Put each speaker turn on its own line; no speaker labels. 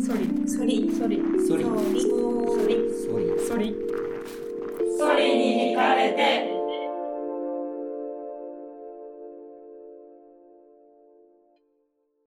ソリ
ソリ
ソリ
ソリソ
ソリ
リ
ソリ
ソリ